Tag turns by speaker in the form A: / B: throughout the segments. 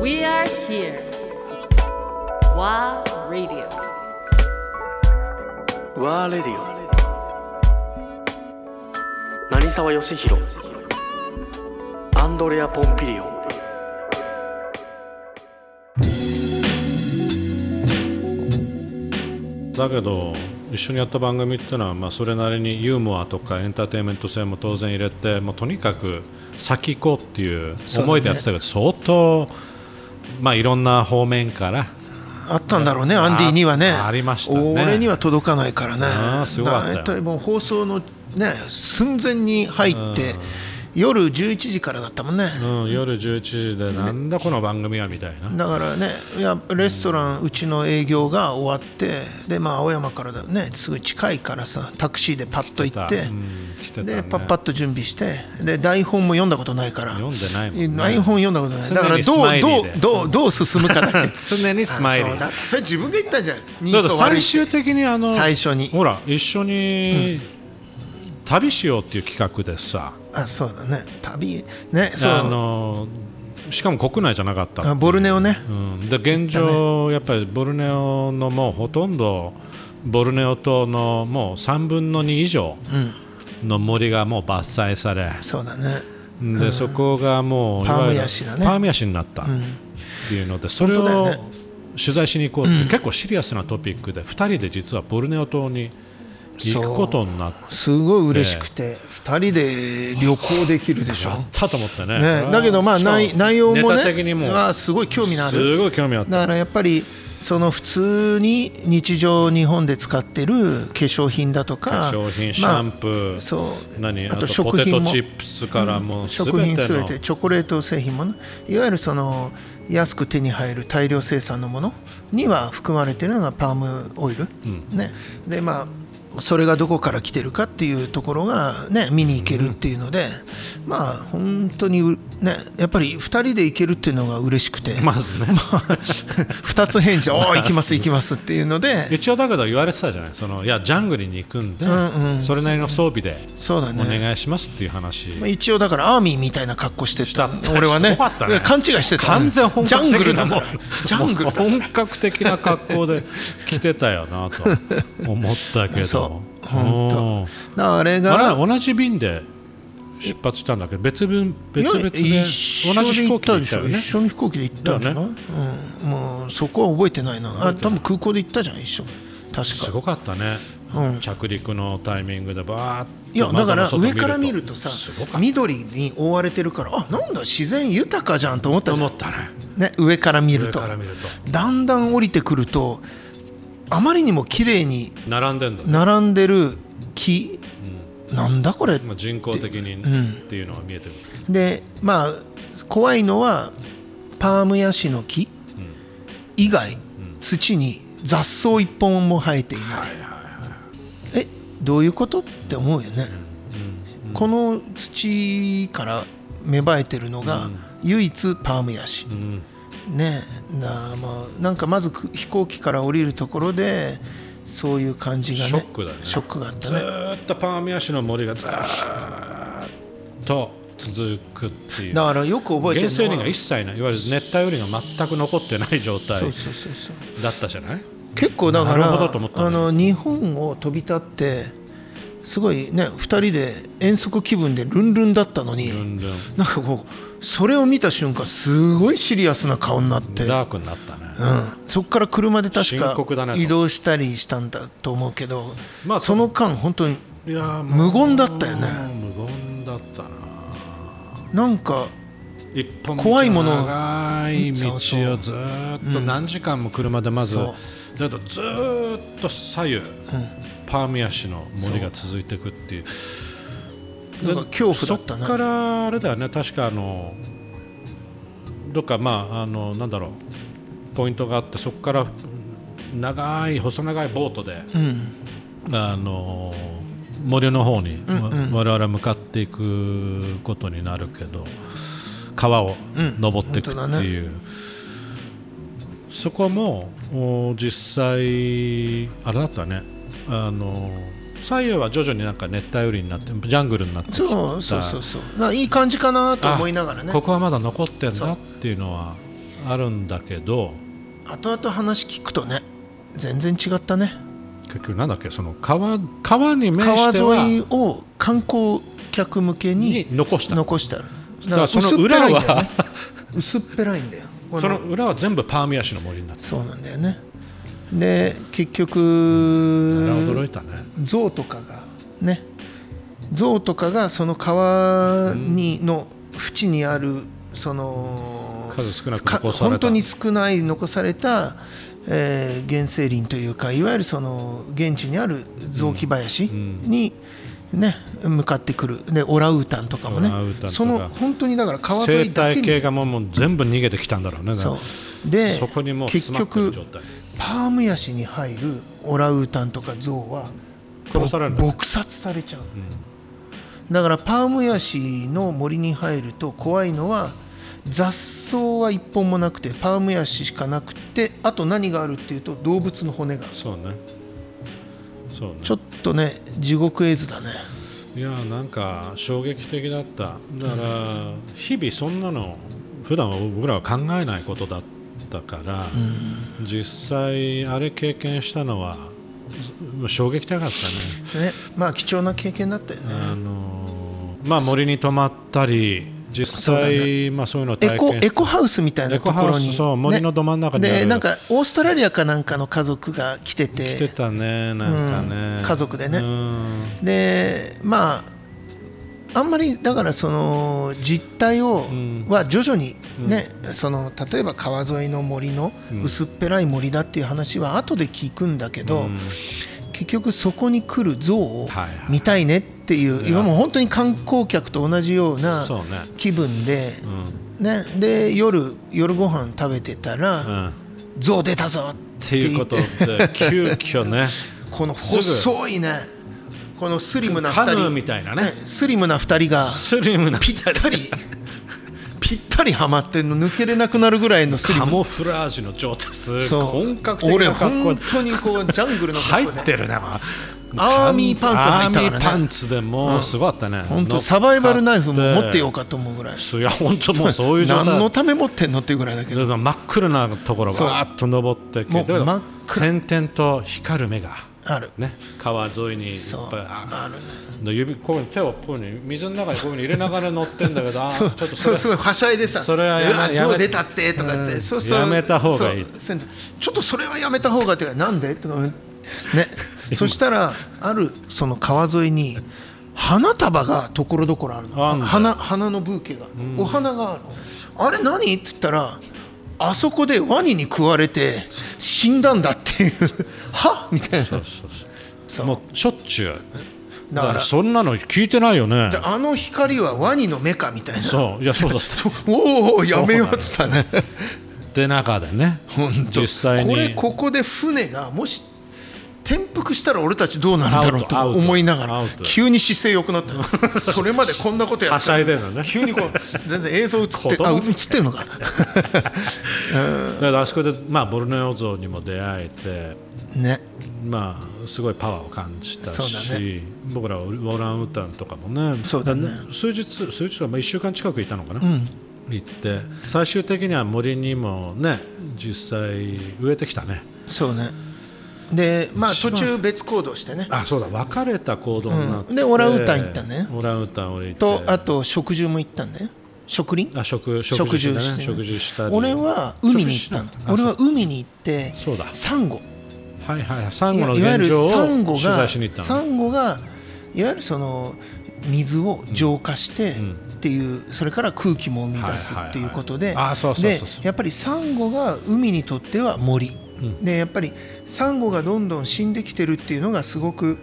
A: We are here. WA Radio.
B: ワーレディオ成沢義弘アンドレア・ポンピリオ
C: だけど一緒にやった番組ってのは、まあ、それなりにユーモアとかエンターテインメント性も当然入れてもうとにかく先行こうっていう思いでやってたけど、相当、まあ、いろんな方面から
D: あったんだろうね、アンディにはね。
C: あありましたね
D: 俺には届かないからね。
C: あーすごかったよ
D: だいたいもう放送のね、寸前に入って、夜11時からだったもんね。
C: うん、夜11時でなんだこの番組はみたいな、
D: だからね、いやレストラン、うちの営業が終わって、で、まあ、青山からだね、すぐ近いからさ、タクシーでパッと行って、
C: うん来てたね
D: で、パッパッと準備して、で、台本も読んだことないから、
C: 読んでないもんね
D: 台本読んだことない。だから、
C: 常にスマイリ
D: ど
C: ー
D: う、
C: で。
D: どう、どう、どう進むかだ け
C: 常にスマイリ
D: あそう
C: ー
D: だそれ自分が言ったじゃん。
C: だ
D: 人
C: から
D: 相悪い
C: 最
D: って
C: 終的にあの
D: 最初に
C: ほら一緒に旅しようっていう企画でさ、
D: あそうだね旅ねそう
C: あ
D: あ
C: のしかも国内じゃなかった、
D: ボルネオね
C: うん、で現状、やっぱりボルネオのもうほとんどボルネオ島のもう3分の2以上の森がもう伐採され、
D: そうだね
C: で、そこがもう
D: パー
C: い
D: ム
C: わゆる
D: ヤシだね
C: パームヤシになったっていうので、それを
D: 本当だよね
C: 取材しに行こうって、結構シリアスなトピックで2人で実はボルネオ島に行くことになっ
D: すごい嬉しくて二人で旅行できるでしょ
C: たと思ってね
D: ねだけどまあ内内容も
C: ネタ
D: ね
C: 的にも
D: あすごい興味のある
C: すごい興味あった
D: だからやっぱりその普通に日常日本で使ってる化粧品だとか
C: 商品シ
D: まあ
C: ャンプー、
D: そう
C: 何あ
D: あ
C: と
D: と
C: ポテ
D: 食
C: ト
D: 品も
C: チップスからもう全て
D: 食
C: の
D: 品すべてチョコレート製品もねいわゆるその安く手に入る大量生産のものには含まれているのがパームオイル、ね、でまあそれがどこから来てるかっていうところが、ね、見に行けるっていうので、まあ本当にう、ね、やっぱり2人で行けるっていうのが嬉しくて、
C: まずね
D: 2つ返事「おー行きます行きます」っていうので
C: 一応だけど言われてたじゃないそのいやジャングルに行くんで、それなりの装備で
D: そうだ
C: お
D: ね
C: 願いしますっていう話、
D: まあ一応だからアーミーみたいな格好してた
C: した
D: 俺は
C: す
D: ね
C: ごかったね
D: 勘違いしてた
C: 完全本格的
D: ジャングルだ
C: な
D: も
C: も
D: ん
C: う
D: ジャングルだから
C: もう本格的な格好で来てたよなと思ったけど
D: そう本
C: うん
D: 当あれ
C: あれ
D: が
C: は同じ便で出発したんだけど別分別々で同
D: いや
C: じ
D: 一
C: 飛
D: 緒に行
C: 行
D: っ
C: 機で行
D: たで
C: っ
D: した
C: よ
D: ょ
C: ね
D: 一緒に飛行機で行ったんじゃない、うん、もうそこは覚えてないなあ多分空港で行ったじゃん一緒
C: す
D: 確か
C: ごかったね、着陸のタイミングでバーッと
D: いやだから上から見るとさ
C: すごかっ
D: 緑に覆われてるからあなんだ自然豊かじゃんと思った
C: た
D: じゃ
C: 思
D: ん
C: ったね
D: ね上から見
C: 上
D: ると
C: から見ると
D: だんだん降りてくるとあまりにも綺麗に
C: 並んでんだ、
D: 並んでる木、なんだこれ
C: まあ、人工的にっていうのが見えてくる、
D: でまあ怖いのはパームヤシの木以外、土に雑草一本も生えていない,、えどういうことって思うよね、この土から芽生えてるのが唯一パームヤシ、ねえなまあなんかまずく飛行機から降りるところでそういう感じがね
C: ショックだよね
D: ショックがあった
C: ず
D: ね
C: ーっとパーミヤシの森がずーっと続くっていう
D: だからよく覚えて
C: 原
D: る
C: 生林
D: のは
C: が一切ないいわゆる熱帯雨林が全く残ってない状態
D: そうそうそうそう
C: だったじゃない
D: 結構だか
C: なる
D: ら
C: ほどと思ったね
D: あの日本を飛び立ってすごいね2人で遠足気分でルンルンだったのに
C: 全然
D: なんかこうそれを見た瞬間すごいシリアスな顔になって、うん、
C: ダークになったね、
D: そこから車で確
C: 深刻だ
D: か
C: ねと
D: 移動したりしたんだと思うけど、
C: まあ
D: その間本当に
C: いやー
D: 無言だったよね
C: 無言だったな
D: なんか
C: 一本道
D: 怖いもの
C: の長い道をずーっと何時間も車でまず、
D: そ
C: だとずーっと左右、パーミヤ市の森が続いていくっていう
D: なんか恐怖だった
C: そこか
D: な
C: らあれだよね確かあのどっかまああのなんだろうポイントがあってそこからうん長い細長いボートで、あの森の方に、わ我々は向かっていくことになるけど川を登っていくっていう、そこもお実際あれだったねあの左右は徐々になんか熱帯雨林になってジャングルになってきた
D: そうそうそうそうなんかいい感じかなと思いながらね
C: ここはまだ残ってんだっていうのはああるんだけど
D: 後々話聞くとね全然違ったね
C: 結局なんだっけその川川に面
D: 川
C: しては
D: 沿いを観光客向けに
C: に残した
D: 残しただ
C: だからその裏は
D: 薄っぺらいんだよ ね薄っぺらいんだよこ
C: その裏は全部パーミヤ市の森になって
D: そうなんだよねで結局
C: るあれは驚いたね
D: 象とかがね象とかがその川にの縁にあるその
C: 数少なく
D: か
C: 残された
D: 本当に少ない残された、えー原生林というかいわゆるその現地にある雑木林に、ね向かってくるでオラウータンとかもね
C: オランウータンとか
D: その本当にだから川沿
C: 生
D: いだけ
C: 態
D: に
C: 系がもうもう全部逃げてきたんだろうねだか
D: そ
C: ら
D: うで
C: そこにもう
D: 結
C: 詰まってる
D: 局
C: 状態
D: パームヤシに入るオラウータンとかゾウはぼ
C: 殺されるんだね
D: 撲殺されちゃう、だからパームヤシの森に入ると怖いのは雑草は一本もなくてパームヤシしかなくてあと何があるっていうと動物の骨がある
C: そうねそうね
D: ちょっとね地獄絵図だね
C: いやーなんか衝撃的だっただから日々そんなの普段は僕らは考えないことだったから、実際あれ経験したのはす衝撃的だったね
D: ねまあ貴重な経験だったよね
C: あのーまあ森に泊まったり実際まあそういうのを
D: エ
C: 体
D: コ
C: 験
D: エコハウスみたいなとこ
C: エコハ
D: ろ
C: ウ
D: に、
C: スそう森のど真ん中にある
D: でなんかオーストラリアかなんかの家族が来てて
C: してたねなんかね、
D: うん家族でね
C: うん
D: でまああんまりだからその実態を、
C: ん
D: は徐々にね、その例えば川沿いの森の薄っぺらい森だっていう話は後で聞くんだけど、結局そこに来る像
C: は
D: を
C: いはい
D: 見たいねっていう、今もう本当に観光客と同じような
C: そうね
D: 気分で、
C: うん
D: ねで夜夜ご飯食べてた
C: う
D: ら
C: んっ
D: 「像出たぞ!」ってて
C: いう
D: 言
C: こ
D: っ
C: と
D: て
C: で急遽ね
D: この
C: すぐ
D: 細いねこのスリムな
C: カ
D: 2
C: ヌー
D: 人
C: みたいなね
D: スリムな2人が
C: スリムな
D: ぴったりぴったりはまってんの抜けれなくなるぐらいのスリ
C: カ
D: ム
C: モフラージュの状態すごい
D: そう
C: 本格的な格好で
D: 俺本当にこうジャングルの格
C: 入
D: 好で
C: ってるねまあ
D: アーミーパンツ入ったか
C: ア
D: らね
C: ーミーパンツでもうすごかったね
D: 本当サバイバルナイフも持ってよう
C: か
D: かと思うぐらい
C: いや本当もうそういう状態
D: 何のため持ってんのっていうぐらいだけど
C: だから真っ暗なところ
D: そう
C: わーっと登ってきて
D: も
C: だ
D: う
C: けど
D: 真っ
C: 点々と光る目が
D: ある
C: ね川沿いにいっ
D: そう
C: ぱいあ
D: あるね
C: で指こういうふうに手をこういうふうに水の中にこういうふうに入れながら乗ってんだけどあー
D: そう
C: ちょっと
D: そ
C: そうれ
D: すごいはしゃいでさ
C: それはやめ
D: うわ
C: やめ
D: 象出たってとか
C: う
D: って
C: ん
D: そうそう
C: やめた方がいい
D: そうせんちょっとそれはやめた方がってかなんでとか ねそしたらあるその川沿いに花束がところどころある
C: あん
D: の
C: だ
D: 花花のブーケがお花があるあれ何って言ったらあそこでワニに食われて死んだんだっていう はみたいな
C: そうそうそう
D: そう
C: もうしょっちゅうだ
D: だか
C: かららそんなの聞いてないよね
D: であの光はワニの目かみたいな
C: そういやそうだった
D: おおやめようって言ったね
C: で中でね実際に
D: これここで船がもし転覆したら俺たちどうなるんだろうと
C: アウトアウト
D: 思いなが
C: ア
D: ら
C: ウト
D: 急に姿勢良くなっ たのそれまでこんなことや
C: は
D: っ
C: しゃ
D: た
C: いで
D: の
C: るのね
D: 急にこう全然映像映っ
C: 子
D: て
C: 供
D: あ
C: み
D: 映ってるのかな
C: だからあそこで、まあ、ボルネオ像にも出会えて、
D: ね
C: まあ、すごいパワーを感じた
D: そうだ
C: し、僕らはオランウータンとかもね
D: そうだね
C: 数日数日はまあ1週間近くいたのかな、行って最終的には森にもね実際植えてきたね
D: そうねでまあ
C: 一
D: 途
C: 番
D: 中別行動してね
C: あそうだ別れた行動になって、
D: うんでオランウータン行ったね
C: オランウータン俺行って
D: とあと食事も行ったんだよ食林
C: あ食
D: 食
C: 事
D: 事
C: した
D: を
C: ね
D: してね
C: 食事したり
D: 俺は海に行ったの
C: 食事しな
D: 俺は海に行って
C: そうだ
D: サンゴ
C: はいはいサン
D: い
C: ゴの
D: やいわゆ
C: 現
D: る
C: 状を
D: サンゴ
C: 取
D: が
C: 材しに行った
D: サ
C: の
D: ンゴがいわゆるその水を浄化してっていう、それから空気も生み出す
C: はいはいはい
D: っていうことで
C: あそうそう
D: で
C: そうそう
D: やっぱりサンゴが海にとっては森、でやっぱりサンゴがどんどん死んできてるっていうのがすごく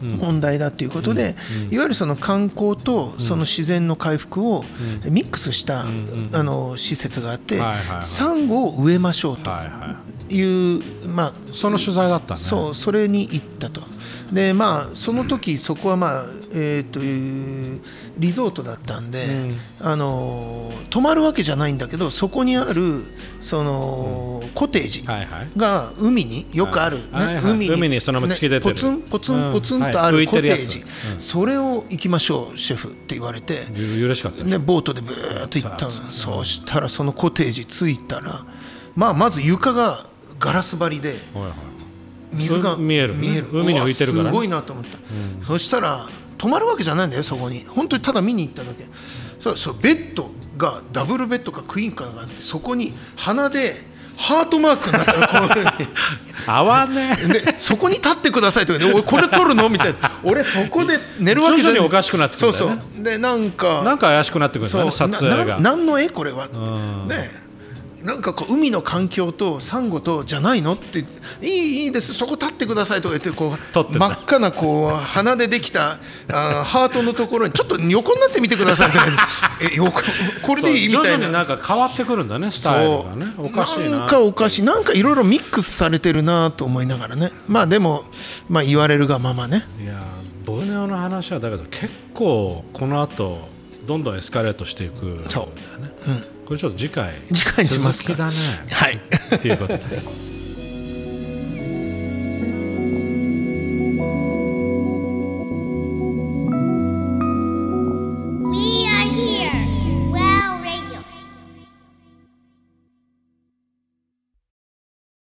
D: 問題だっていうことで、いわゆるその観光とその自然の回復をミックスした、あの施設があって、
C: はいはいはい
D: サンゴを植えましょうと、
C: はいはい
D: いう、まあ、
C: その取材だったね
D: そうそれに行ったとでまあその時そこはまあえーとリゾートだったんで、あの泊まるわけじゃないんだけどそこにあるその、コテージ
C: はいはい
D: が海によくある、ね
C: はいはい海にそのまま突き出てる
D: ポツンポツンポツンとあるコテージ、それを行きましょうシェフって言われて、
C: ゆ嬉しかったね
D: ね、ボートでブーっと行ったのそうしたらそのコテージ着いたら、まあ、まず床がガラス張りで
C: はいはい
D: 水が
C: う見える海に浮いてるからね
D: うわすごいなと思った、そしたら泊まるわけじゃないんだよそこに本当にただ見に行っただけそうそうベッドがダブルベッドかクイーンかがあってそこに鼻でハートマークになったらこういうふうに
C: 合わねえ
D: でそこに立ってくださいとかね、俺これ取るのみたいな俺そこで寝るわけじゃ
C: 徐々におかしくなってくるんだよね
D: そうそうでなんか
C: なんか怪しくなってくるんだね撮影
D: な
C: が
D: な何の絵これはねえなんかこう海の環境とサンゴとじゃないのっていいいいですそこ立ってくださいとか言ってこ
C: 撮って
D: うん
C: だ
D: 真っ赤なこう鼻でできたあーハートのところにちょっと横になってみてくださいとか 言ってえ横これ
C: そう
D: でいいみ
C: 徐
D: たい
C: 々に
D: な
C: なんか変わってくるんだねスタイルがねおかしいなん
D: かおかしいなんかいろいろミックスされてるなと思いながらねまあでも、まあ、言われるがままね
C: いやーボルネオの話はだけど結構この後どんどんエスカレートしていくんだよね、これちょっと次回
D: 次回にしますか
C: 続きだね
D: はい
C: ということで。